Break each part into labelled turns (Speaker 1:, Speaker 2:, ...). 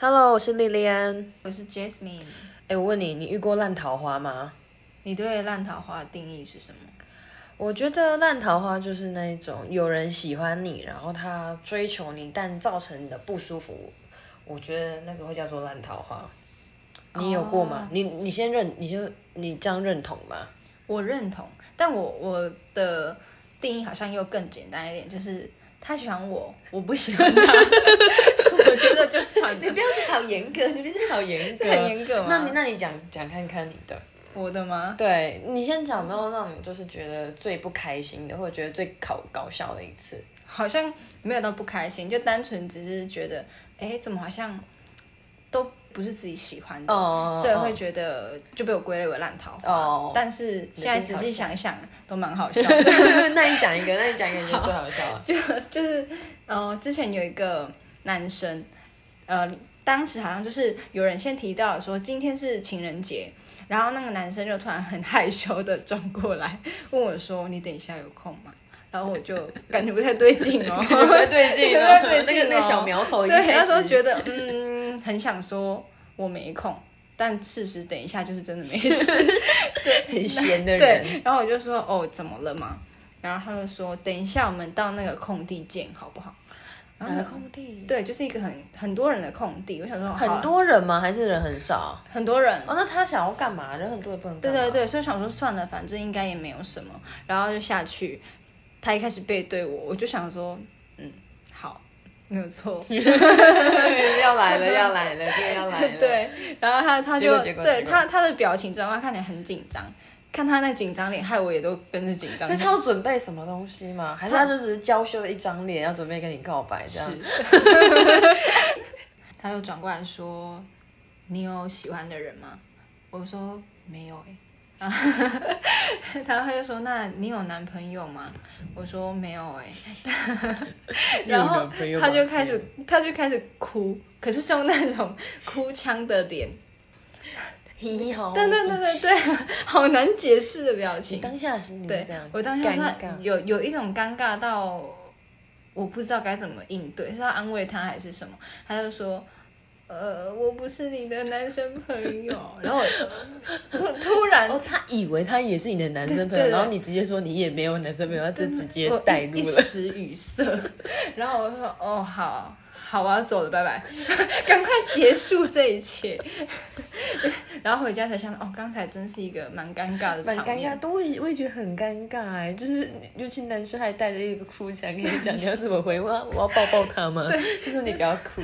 Speaker 1: Hello，我是莉莉安。
Speaker 2: 我是 Jasmine，
Speaker 1: 哎、我问你，你遇过烂桃花吗？
Speaker 2: 你对烂桃花的定义是什么？
Speaker 1: 我觉得烂桃花就是那一种有人喜欢你，然后他追求你，但造成你的不舒服，我觉得那个会叫做烂桃花。你有过吗你你先认，你就你这样认同吗？
Speaker 2: 我认同，但我我的定义好像又更简单一点，就是他喜欢我，我不喜 欢他，我觉得就算了。
Speaker 1: 要去好严格，你别去好严
Speaker 2: 这很严格吗
Speaker 1: 那你那你讲讲看看你的，
Speaker 2: 我的吗？
Speaker 1: 对你先讲，有没有让你就是觉得最不开心的，或者觉得最搞搞笑的一次？
Speaker 2: 好像没有到不开心，就单纯只是觉得，哎，怎么好像都不是自己喜欢的，
Speaker 1: 哦
Speaker 2: 所以会觉得就被我归类为烂桃花。
Speaker 1: 哦
Speaker 2: 但是现在仔细想一想，都蛮好笑 的。
Speaker 1: 那你讲一个，那你讲一个，你觉得最好笑的。
Speaker 2: 就就是呃，之前有一个男生，呃，当时好像就是有人先提到说今天是情人节，然后那个男生就突然很害羞的转过来问我说：“你等一下有空吗？”然后我就感觉不太对劲哦，
Speaker 1: 不太 对劲了，
Speaker 2: 不太 对
Speaker 1: 那个
Speaker 2: 劲
Speaker 1: 那个
Speaker 2: 哦
Speaker 1: 小苗头已经
Speaker 2: 对，
Speaker 1: 开
Speaker 2: 那时候
Speaker 1: 始。
Speaker 2: 觉得嗯，很想说我没空，但事实等一下就是真的没事。
Speaker 1: 很闲的人，
Speaker 2: 对，然后我就说哦，怎么了嘛？然后他就说等一下我们到那个空地见好不好？然后那
Speaker 1: 哪个
Speaker 2: 个
Speaker 1: 啊空地？
Speaker 2: 对，就是一个很很多人的空地。我想说，好
Speaker 1: 很
Speaker 2: 啊
Speaker 1: 多人吗？还是人很少？
Speaker 2: 很多人，
Speaker 1: 哦，那他想要干嘛？人很多也不能
Speaker 2: 对
Speaker 1: 干嘛。
Speaker 2: 对对，所以想说算了，反正应该也没有什么。然后就下去，他一开始背对我，我就想说，嗯，好，没有错。
Speaker 1: 对，要来 了，要来了，这个要来了。，
Speaker 2: 对， 然后他他
Speaker 1: 结果
Speaker 2: 就
Speaker 1: 结果
Speaker 2: 对
Speaker 1: 结果
Speaker 2: 他他的表情转换看起来很紧张，看他那紧张脸，害我也都跟着紧张
Speaker 1: 所以。他要准备什么东西吗？还是他就只是娇羞的一张脸，要准备跟你告白这样？
Speaker 2: 是，他又转过来说：“你有喜欢的人吗？”我说：“没有、欸。” 哎，然后他就说：“那你有男朋友吗？”我说：“没有、欸。”哎，然后他就开始，
Speaker 1: 嗯
Speaker 2: 他就开始哭，可是是用那种哭腔的脸，
Speaker 1: 哦嘿嘿好。
Speaker 2: 对对对对对，好难解释的表
Speaker 1: 你
Speaker 2: 情。
Speaker 1: 当下的心情
Speaker 2: 对
Speaker 1: 是这样，，
Speaker 2: 我当
Speaker 1: 尴
Speaker 2: 下
Speaker 1: 尬
Speaker 2: 他有有一种尴尬到我不知道该怎么应对，是要安慰他还是什么？他就说。呃，我不是你的男生朋友，然后我突突然
Speaker 1: 哦，他以为他也是你的男生朋
Speaker 2: 对对
Speaker 1: 友，
Speaker 2: 对
Speaker 1: 然后你直接说你也没有男生朋友，他就直接
Speaker 2: 我
Speaker 1: 带
Speaker 2: 一
Speaker 1: 入了。
Speaker 2: 时语塞，然后我就说哦好好我要走了，拜拜， 赶快结束这一切。然后回家才想到，哦，刚才真是一个蛮尴尬的
Speaker 1: 蛮
Speaker 2: 场
Speaker 1: 尴
Speaker 2: 面
Speaker 1: 尬，，的，我也我也觉得很尴尬哎、就是尤其男生还带着一个哭腔跟你讲，你要怎么回？我要我要抱抱他吗？他说你不要哭，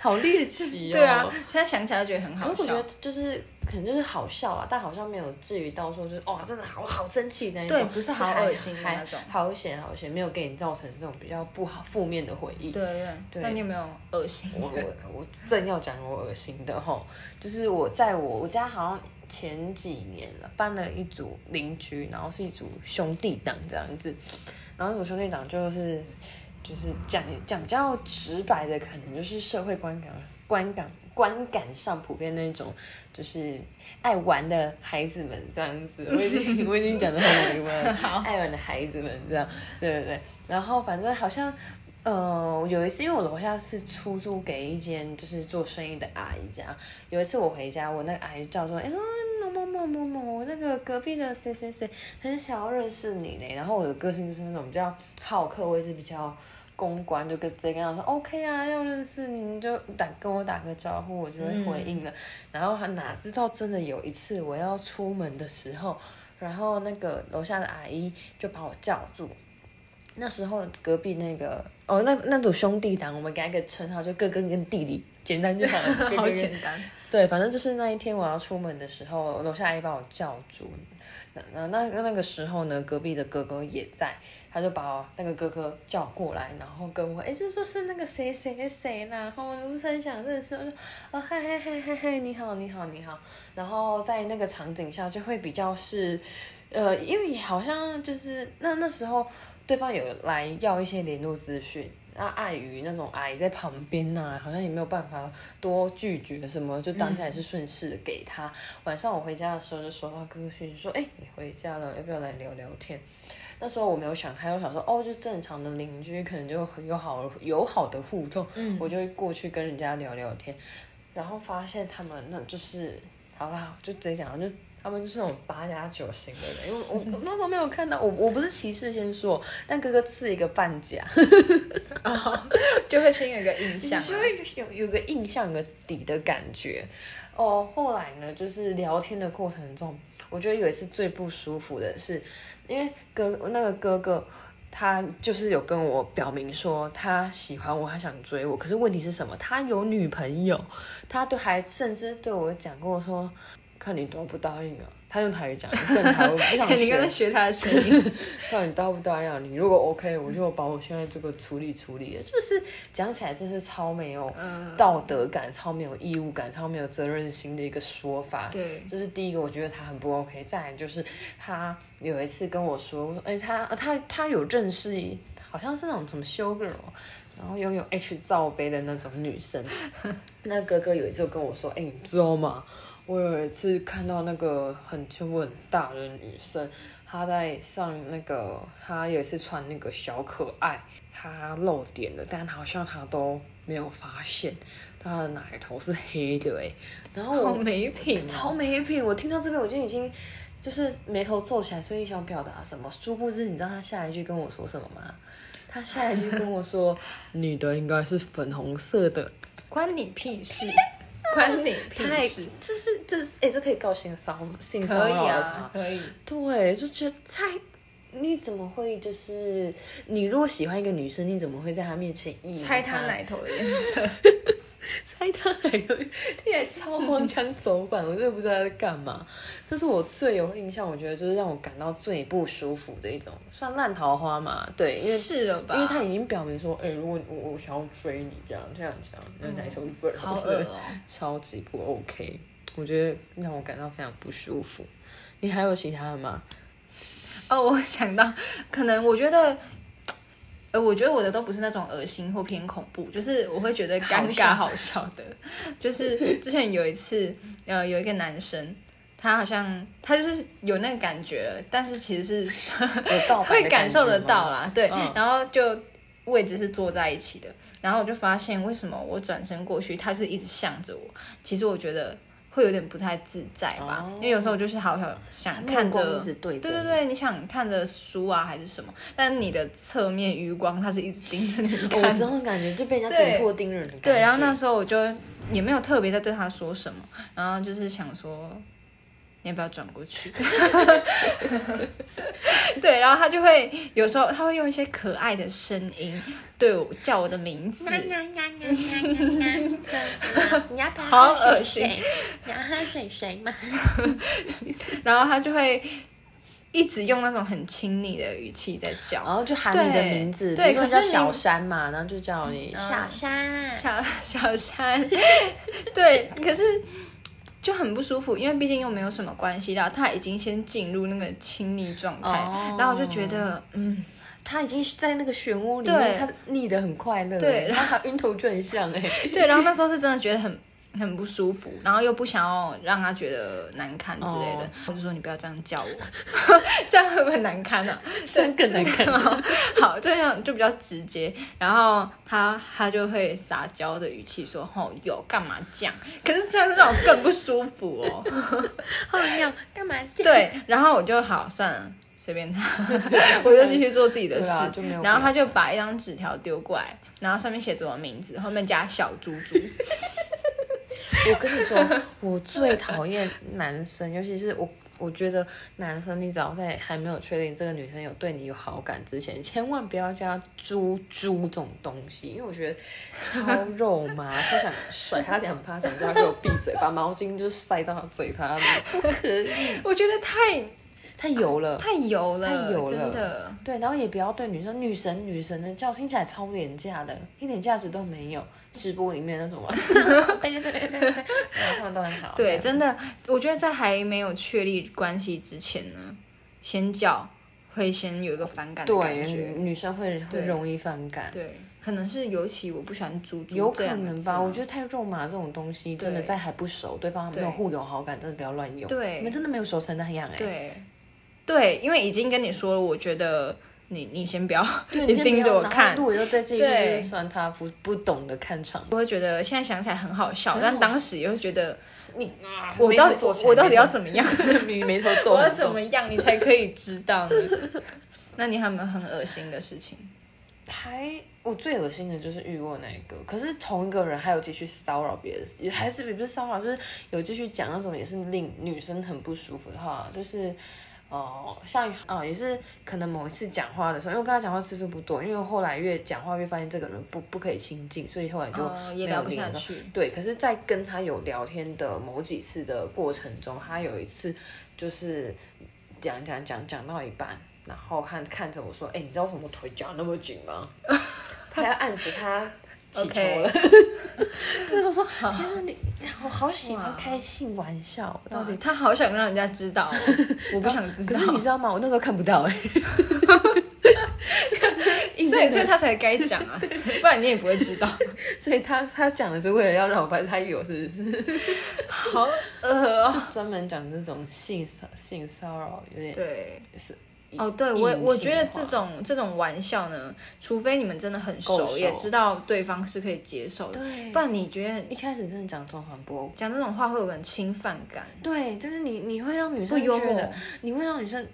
Speaker 1: 好猎奇哦。
Speaker 2: 对啊，现在想起来就觉得很好
Speaker 1: 可是我觉
Speaker 2: 笑
Speaker 1: 得。就是可能就是好笑啊，但好像没有至于到说就是哇、真的好好生气那一种，
Speaker 2: 对不是好
Speaker 1: 还
Speaker 2: 恶心的那种
Speaker 1: 还好险好险，没有给你造成这种比较不好负面的回忆。
Speaker 2: 对对
Speaker 1: 对
Speaker 2: 对，那你有没有恶心？
Speaker 1: 我 我我正要讲我恶心的吼，就是我在我我家好像前几年了搬了一组邻居，然后是一组兄弟党这样子，然后那组兄弟党就是就是讲讲比较直白的，可能就是社会观感观感观感上普遍那种，就是爱玩的孩子们这样子。我已经我已经讲的很委婉了，爱玩的孩子们这样，对对对。然后反正好像。呃，有一次，因为我楼下是出租给一间就是做生意的阿姨家。有一次我回家，我那个阿姨叫说：“哎、某某某某某，那个隔壁的谁谁谁很想要认识你嘞。”然后我的个性就是那种比较好客，我也是比较公关，就跟直接跟他说 OK 啊，要认识你就打跟我打个招呼，我就会回应了。然后他哪知道真的有一次我要出门的时候，然后那个楼下的阿姨就把我叫住。那时候隔壁那个哦，那那组兄弟党，我们给他一个称号，就哥哥跟弟弟，简单就好了。哥哥
Speaker 2: 好
Speaker 1: 跟
Speaker 2: 简单，
Speaker 1: 对，反正就是那一天我要出门的时候，楼下阿姨把我叫住。那那那那个时候呢，隔壁的哥哥也在，他就把我那个哥哥叫过来，然后跟我，哎，这就是那个谁谁谁啦，然后我不是很想认识，我就，哦嗨嗨嗨嗨嗨，你好你好你好，然后在那个场景下就会比较是，呃，因为好像就是那那时候对方有来要一些联络资讯，那碍于那种阿姨在旁边呐、好像也没有办法多拒绝什么，就当下也是顺势地给他。晚上我回家的时候就收到哥哥讯息说，哎、你回家了，要不要来聊聊天？那时候我没有想太多，想说哦，就正常的邻居可能就很友好友好的互动，
Speaker 2: 嗯
Speaker 1: 我就会过去跟人家聊聊天，然后发现他们那就是好啦，就直接讲，就他们就是那种八加九型的人，因为我我那时候没有看到，我我不是歧视先说，但哥哥刺一个半甲，
Speaker 2: 就会先有一个印象、啊
Speaker 1: 就会有有个印象、有个底的感觉。哦，后来呢，就是聊天的过程中，我觉得有一次最不舒服的是，因为哥那个哥哥。他就是有跟我表明说他喜欢我，他想追我。可是问题是什么？他有女朋友，他都还甚至对我讲过说，看你答不答应啊。他用台语讲，更台我不想 学。
Speaker 2: 你刚才学他的声音，
Speaker 1: 看你答不答应啊。你如果 OK，我就把我现在这个处理处理了。就是讲起来，真是超没有
Speaker 2: 嗯，
Speaker 1: 道德感、超没有义务感、超没有责任心的一个说法。
Speaker 2: 对，
Speaker 1: 这是第一个，我觉得他很不 OK。再来就是他有一次跟我说，哎、他他他有认识，好像是那种什么修 girl，然后拥有 H 罩杯的那种女生。 那哥哥有一次就跟我说，哎、你知道吗？我有一次看到那个很胸部很大的女生，她在上那个，她有一次穿那个小可爱，她露点了，但好像她都没有发现，她的奶头是黑的哎、然后我
Speaker 2: 好没品哦、
Speaker 1: 超没品！我听到这边我就已经就是眉头皱起来，所以想表达什么？殊不知，你知道他下一句跟我说什么吗？他下一句跟我说：“你的应该是粉红色的。
Speaker 2: 关你屁 事，关你”屁
Speaker 1: 太
Speaker 2: 事，
Speaker 1: 这是这是哎、这可以告性骚性骚
Speaker 2: 可
Speaker 1: 扰
Speaker 2: 以
Speaker 1: 了
Speaker 2: 啊
Speaker 1: 吧，？
Speaker 2: 可以，
Speaker 1: 对，就觉得太。你怎么会就是你如果喜欢一个女生，你怎么会在她面前意淫
Speaker 2: 猜他奶头的颜色，
Speaker 1: 猜他奶油，听起来超荒腔走板，我真的不知道他在干嘛。这是我最有印象，我觉得就是让我感到最不舒服的一种，算烂桃花嘛？对，因为
Speaker 2: 是了吧？
Speaker 1: 因为他已经表明说，哎、如果我我想要追你这样这样这样，那奶头粉
Speaker 2: 好
Speaker 1: 红
Speaker 2: 恶
Speaker 1: 色的，
Speaker 2: 哦、
Speaker 1: 超级不 OK，我觉得让我感到非常不舒服。你还有其他的 吗？
Speaker 2: 哦，我想到，可能我觉得，呃，我觉得我的都不是那种恶心或偏恐怖，就是我会觉得尴尬好笑的。 就是之前有一次，呃，有一个男生，他好像他就是有那个感觉了，但是其实是
Speaker 1: 有盗版的
Speaker 2: 会感受得
Speaker 1: 觉吗
Speaker 2: 到啦，对，
Speaker 1: 嗯
Speaker 2: 然后就位置是坐在一起的，然后我就发现为什么我转身过去，他是一直向着我，其实我觉得。会有点不太自在吧，
Speaker 1: 哦
Speaker 2: 因为有时候我就是好想想看
Speaker 1: 目光
Speaker 2: 着，
Speaker 1: 一直对着
Speaker 2: 对对
Speaker 1: 你
Speaker 2: 对，你想看着书啊还是什么，但你的侧面余光它是一直盯着你
Speaker 1: 哦我
Speaker 2: 看
Speaker 1: 这
Speaker 2: 的。
Speaker 1: 种感觉就被人家
Speaker 2: 对
Speaker 1: 紧迫盯人的感觉。
Speaker 2: 对，然后那时候我就也没有特别在对他说什么，然后就是想说，你要不要转过去？ 对，然后他就会有时候他会用一些可爱的声音对我叫我的名字，
Speaker 3: 你要不要
Speaker 2: 好
Speaker 3: 喝
Speaker 2: 恶
Speaker 3: 水
Speaker 2: 心
Speaker 3: 水？你要喝水水吗？
Speaker 2: 然后他就会一直用那种很亲昵的语气在叫。
Speaker 1: 然后就喊你的
Speaker 2: 对
Speaker 1: 名字，
Speaker 2: 对
Speaker 1: 比如说
Speaker 2: 可
Speaker 1: 叫
Speaker 2: 是你嗯
Speaker 1: 小山嘛，然后就叫你
Speaker 3: 小山，
Speaker 2: 小 小山， 对，可是就很不舒服，因为毕竟又没有什么关系到，他已经先进入那个亲密状态，
Speaker 1: 哦
Speaker 2: 然后我就觉得，嗯，
Speaker 1: 他已经在那个漩涡里
Speaker 2: 对
Speaker 1: 面，他逆得很快乐，
Speaker 2: 对
Speaker 1: 然后他晕头转向哎，
Speaker 2: 对，然后那时候是真的觉得很。很不舒服，然后又不想要让他觉得难堪之类的
Speaker 1: 哦
Speaker 2: 我就说你不要这样叫我， 这样会不会很难堪呢、啊？
Speaker 1: 这样更难 看。
Speaker 2: 好，这样就比较直接。然后他他就会撒娇的语气说：“吼、有干嘛这样？”可是这样让我更不舒服哦。
Speaker 3: 后面干嘛 这样？
Speaker 2: 对，然后我就好算了，随便他，我就继续做自己的
Speaker 1: 对
Speaker 2: 事。
Speaker 1: 啊就没有
Speaker 2: 然后
Speaker 1: 必要
Speaker 2: 他就把一张纸条丢过来，然后上面写着我的名字，后面加小猪 猪。
Speaker 1: 我跟你说，我最讨厌男生，尤其是我。我觉得男生，你只要在还没有确定这个女生有对你有好感之前，千万不要加“猪猪”这种东西，因为我觉得超肉麻， 超想甩他两巴掌，叫他给我闭嘴，把毛巾就塞到他嘴巴里，不可 以，
Speaker 2: 我觉得太
Speaker 1: 太油了。
Speaker 2: 太油了，
Speaker 1: 太油了
Speaker 2: 真的。
Speaker 1: 对，然后也不要对女生女神女神的叫，听起来超廉价的，一点价值都没有。直播里面那种，
Speaker 3: 对对对对对对，
Speaker 1: 然后都很好。
Speaker 2: 对，真的，我觉得在还没有确立关系之前呢，先叫会先有一个反感的感
Speaker 1: 对
Speaker 2: 觉。
Speaker 1: 女生会会
Speaker 2: 对
Speaker 1: 容易反感，
Speaker 2: 对，可能是尤其我不喜欢猪猪
Speaker 1: 有
Speaker 2: 这
Speaker 1: 可
Speaker 2: 两个
Speaker 1: 能
Speaker 2: 字啊
Speaker 1: 吧？
Speaker 2: 吗
Speaker 1: 我觉得太肉麻这种东西，真的
Speaker 2: 对
Speaker 1: 在还不熟，对方没有
Speaker 2: 对
Speaker 1: 互有好感，真的不要乱用。
Speaker 2: 对
Speaker 1: 你们真的没有熟成那样哎。
Speaker 2: 对，对，因为已经跟你说了，我觉得你你先不要，
Speaker 1: 对，
Speaker 2: 你
Speaker 1: 先
Speaker 2: 盯
Speaker 1: 不
Speaker 2: 着
Speaker 1: 要
Speaker 2: 我
Speaker 1: 然后
Speaker 2: 看
Speaker 1: 如。果又再继续，就
Speaker 2: 对
Speaker 1: 是算他不不懂得看场。
Speaker 2: 我会觉得现在想起来很好笑，
Speaker 1: 很好
Speaker 2: 但当时又觉得
Speaker 1: 你啊，
Speaker 2: 我
Speaker 1: 眉
Speaker 2: 到
Speaker 1: 头
Speaker 2: 底
Speaker 1: 皱起
Speaker 2: 我
Speaker 1: 来
Speaker 2: 到底要怎么 样？
Speaker 1: 眉头眉头皱
Speaker 2: 我要
Speaker 1: 很
Speaker 2: 怎
Speaker 1: 重
Speaker 2: 么？样你才可以知道 呢？那你还有没有很恶心的事情？
Speaker 1: 还我最恶心的就是遇过那一个，可是同一个人还有继续骚扰别人，也还是也不是骚扰，就是有继续讲那种也是令女生很不舒服的话，就是。哦，像啊、也是可能某一次讲话的时候，因为我跟他讲话次数不多，因为后来越讲话越发现这个人不不可以亲近，所以后来就
Speaker 2: 哦，也
Speaker 1: 没有
Speaker 2: 聊不
Speaker 1: 联
Speaker 2: 下
Speaker 1: 络
Speaker 2: 去。
Speaker 1: 对，可是，在跟他有聊天的某几次的过程中，他有一次就是讲讲讲讲到一半，然后看看着我说：“哎、你知道为什么我腿夹那么紧 吗？”他要按着他起头
Speaker 2: OK
Speaker 1: 了。 对，我说：“天哪，你我好喜欢开性玩笑，我到
Speaker 2: 到
Speaker 1: 底
Speaker 2: 底他好想让人家知 道哦，我不想知
Speaker 1: 可
Speaker 2: 道。
Speaker 1: 是你 知道吗？我那时候看不到 哎、欸，
Speaker 2: 所以所以他才该讲啊， 不然你也不会知道。
Speaker 1: 所以他他讲的是为了要让我发现他有是不是？
Speaker 2: 好恶、
Speaker 1: 就专门讲这种性骚性骚扰，有点
Speaker 2: 对，
Speaker 1: 是
Speaker 2: 哦，对
Speaker 1: 硬
Speaker 2: 我
Speaker 1: 性
Speaker 2: 我觉得
Speaker 1: 的话
Speaker 2: 这种这种玩笑呢，除非你们真的很熟，
Speaker 1: 够熟
Speaker 2: 也知道对方是可以接受的，
Speaker 1: 对
Speaker 2: 不然你觉得
Speaker 1: 一开始真的讲这种很不 OK
Speaker 2: 讲这种话会有人侵犯感，
Speaker 1: 对，就是你你会让女
Speaker 2: 不
Speaker 1: 生
Speaker 2: 幽
Speaker 1: 觉
Speaker 2: 默
Speaker 1: 得，。你会让女生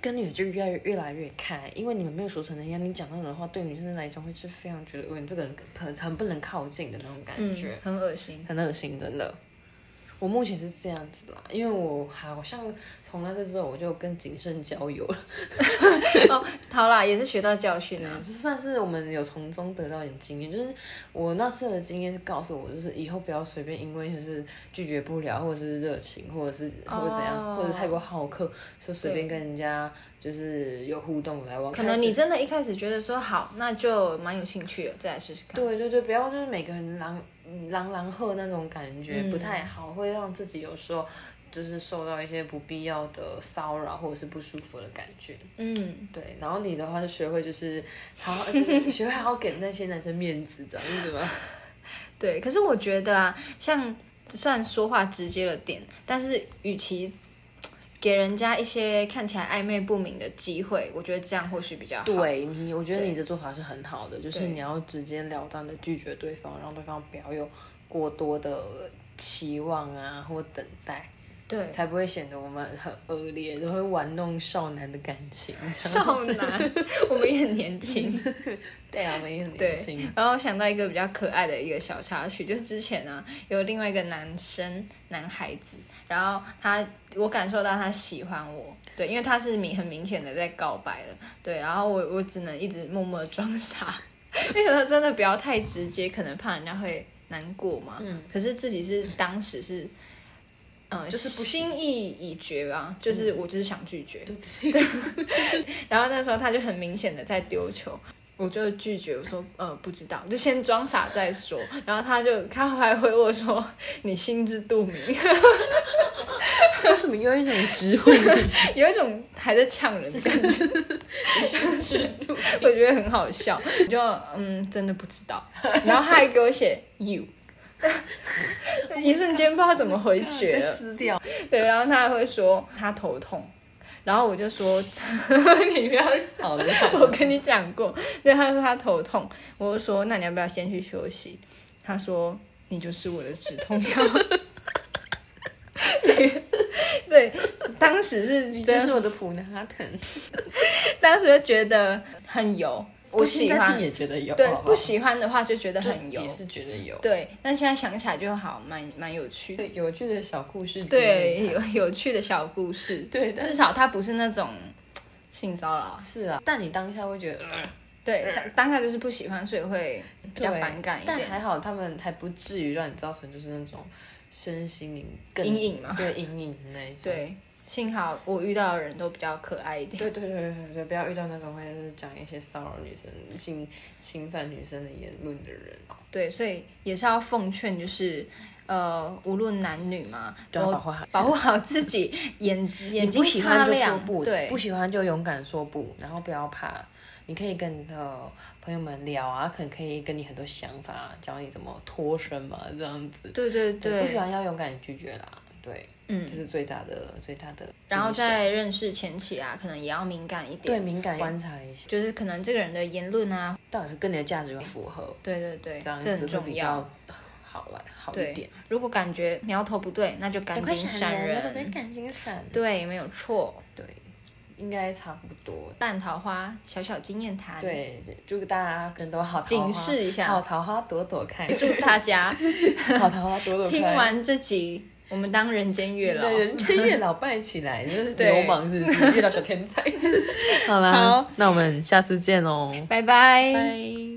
Speaker 1: 跟你就越来越越来越开，因为你们没有熟成的样，你讲那种话对女生来讲会是非常觉得，嗯，你这个人很很不能靠近的那种感
Speaker 2: 嗯
Speaker 1: 觉，，
Speaker 2: 很恶心。
Speaker 1: 很恶心，真的。我目前是这样子啦，因为我好像从那次之后我就更谨慎交友了，
Speaker 2: 好啦，也是学到教训啊。
Speaker 1: 就算是我们有从中得到一点经验，就是我那次的经验是告诉我，就是以后不要随便因为就是拒绝不了，或者是热情，或者是或者怎样
Speaker 2: 哦
Speaker 1: 或者太过好客，说随便
Speaker 2: 对
Speaker 1: 跟人家就是有互动来往。
Speaker 2: 可能
Speaker 1: 开
Speaker 2: 你
Speaker 1: 始
Speaker 2: 真的一开始觉得说好，那就蛮有兴趣的，再来试试看。
Speaker 1: 对对对，不要就是每个人狼狼狼喝那种感觉、
Speaker 2: 嗯
Speaker 1: 不太好，会让自己有时候就是受到一些不必要的骚扰或者是不舒服的感觉。
Speaker 2: 嗯，
Speaker 1: 对，然后你的话就学会就是好 好，就是学会好好给那些男生面子，这样子吗？
Speaker 2: 对。可是我觉得啊，像虽然说话直接了点，但是与其给人家一些看起来暧昧不明的机会，我觉得这样或许比较好。
Speaker 1: 对你，我觉得
Speaker 2: 对
Speaker 1: 你这做法是很好的，就是
Speaker 2: 对
Speaker 1: 你要直截了当的拒绝对方，让对方不要有过多的期望啊或等待，
Speaker 2: 对，
Speaker 1: 才不会显得我们很恶劣，都会玩弄少男的感情。
Speaker 2: 少男， 我们也很年轻。
Speaker 1: 对啊，我 们也很
Speaker 2: 对
Speaker 1: 年轻。
Speaker 2: 然后想到一个比较可爱的一个小插曲，就是之前呢、有另外一个男生男孩子，然后他我感受到他喜欢我，对，因为他是明很明显的在告白了，对，然后我我只能一直默默地装傻， 因为他真的不要太直接，可能怕人家会难过嘛。嗯，可是自己是当时是。嗯，
Speaker 1: 就是不
Speaker 2: 心意已决吧，就是我就是想拒绝，
Speaker 1: 对不起，对
Speaker 2: 然后那时候他就很明显的在丢球，我就拒绝，我说呃不知道，就先装傻再说。然后他就他还回我说你心知肚明，
Speaker 1: 为什么又一种直呼你
Speaker 2: 有一种还在呛人的感觉，
Speaker 1: 心知肚明？
Speaker 2: 我觉得很好笑。我就嗯真的不知道，然后他还给我写 you，一瞬间不知道怎么回绝
Speaker 1: 被
Speaker 2: 了。
Speaker 1: 撕掉，
Speaker 2: 对，然后他还会说他头痛，然后我就说 你不要
Speaker 1: 好厉 害！
Speaker 2: 我跟你讲过，对，他说他头痛，我就说那你要不要先去休息？他说你就是我的止痛药。 对，当时是
Speaker 1: 你就
Speaker 2: 真
Speaker 1: 是
Speaker 2: 的，
Speaker 1: 我的普拿疼，
Speaker 2: 当时就觉得很油，不
Speaker 1: 我现
Speaker 2: 喜
Speaker 1: 在
Speaker 2: 欢
Speaker 1: 听，也觉得有，
Speaker 2: 对
Speaker 1: 好，好
Speaker 2: 不喜欢的话就觉得
Speaker 1: 哦就
Speaker 2: 很油
Speaker 1: 也，是觉得有。
Speaker 2: 对，但现在想起来就好，蛮蛮有趣的，
Speaker 1: 对，有趣的小故事。
Speaker 2: 对，，有有趣的小故事，
Speaker 1: 对，但
Speaker 2: 至少他不是那种性骚扰，
Speaker 1: 是啊，但你当下会觉得。呃
Speaker 2: 对，当当下就是不喜欢，所以会比较
Speaker 1: 对
Speaker 2: 反感一
Speaker 1: 但
Speaker 2: 点，
Speaker 1: 还好他们还不至于让你造成就是那种身心灵更
Speaker 2: 阴影嘛。
Speaker 1: 对阴影的那一种。
Speaker 2: 对，幸好我遇到的人都比较可爱一点。
Speaker 1: 对对对对对对，不要遇到那种会就是讲一些骚扰女生、性侵犯女生的言论的人哦，
Speaker 2: 对，所以也是要奉劝，就是呃，无论男女嘛，
Speaker 1: 都啊要保
Speaker 2: 都
Speaker 1: 护好。
Speaker 2: 保护好自己，眼眼
Speaker 1: 你
Speaker 2: 睛
Speaker 1: 不喜欢
Speaker 2: 擦
Speaker 1: 就说
Speaker 2: 亮。
Speaker 1: 不，
Speaker 2: 对
Speaker 1: 不，喜欢就勇敢说不，然后不要怕。你可以跟你的朋友们聊啊，可能可以跟你很多想法，教你怎么脱身嘛，这样子。
Speaker 2: 对对
Speaker 1: 对，不喜
Speaker 2: 对，
Speaker 1: 欢要勇敢拒绝啦，对，
Speaker 2: 嗯
Speaker 1: 这，是最大的最大的
Speaker 2: 然后
Speaker 1: 谨慎
Speaker 2: 在认识前期啊，可能也要敏感一点，
Speaker 1: 对敏感观察一下，
Speaker 2: 就是可能这个人的言论啊，
Speaker 1: 到底是跟你的价值观符合，
Speaker 2: 对对对，
Speaker 1: 这样
Speaker 2: 这
Speaker 1: 子
Speaker 2: 很
Speaker 1: 会
Speaker 2: 重
Speaker 1: 比
Speaker 2: 要。
Speaker 1: 较好来好一
Speaker 2: 对
Speaker 1: 点。，
Speaker 2: 如果感觉苗头不对，那就赶紧闪
Speaker 1: 赶快
Speaker 2: 人。
Speaker 1: 赶紧闪。
Speaker 2: 对，没有错。
Speaker 1: 对，应该差不多。
Speaker 2: 烂桃花，小小经验谈。，
Speaker 1: 对，祝大家更多好桃花
Speaker 2: 嗯警示一下
Speaker 1: 好桃花朵朵开，
Speaker 2: 祝大家
Speaker 1: 好桃花朵朵开。
Speaker 2: 听完这集，我们当人间月老。
Speaker 1: 对，人家月老拜起来，你就是
Speaker 2: 对
Speaker 1: 流氓是不是？月老小天才。好啦，
Speaker 2: 好
Speaker 1: 那我们下次见喽，
Speaker 2: 拜拜。
Speaker 1: 拜。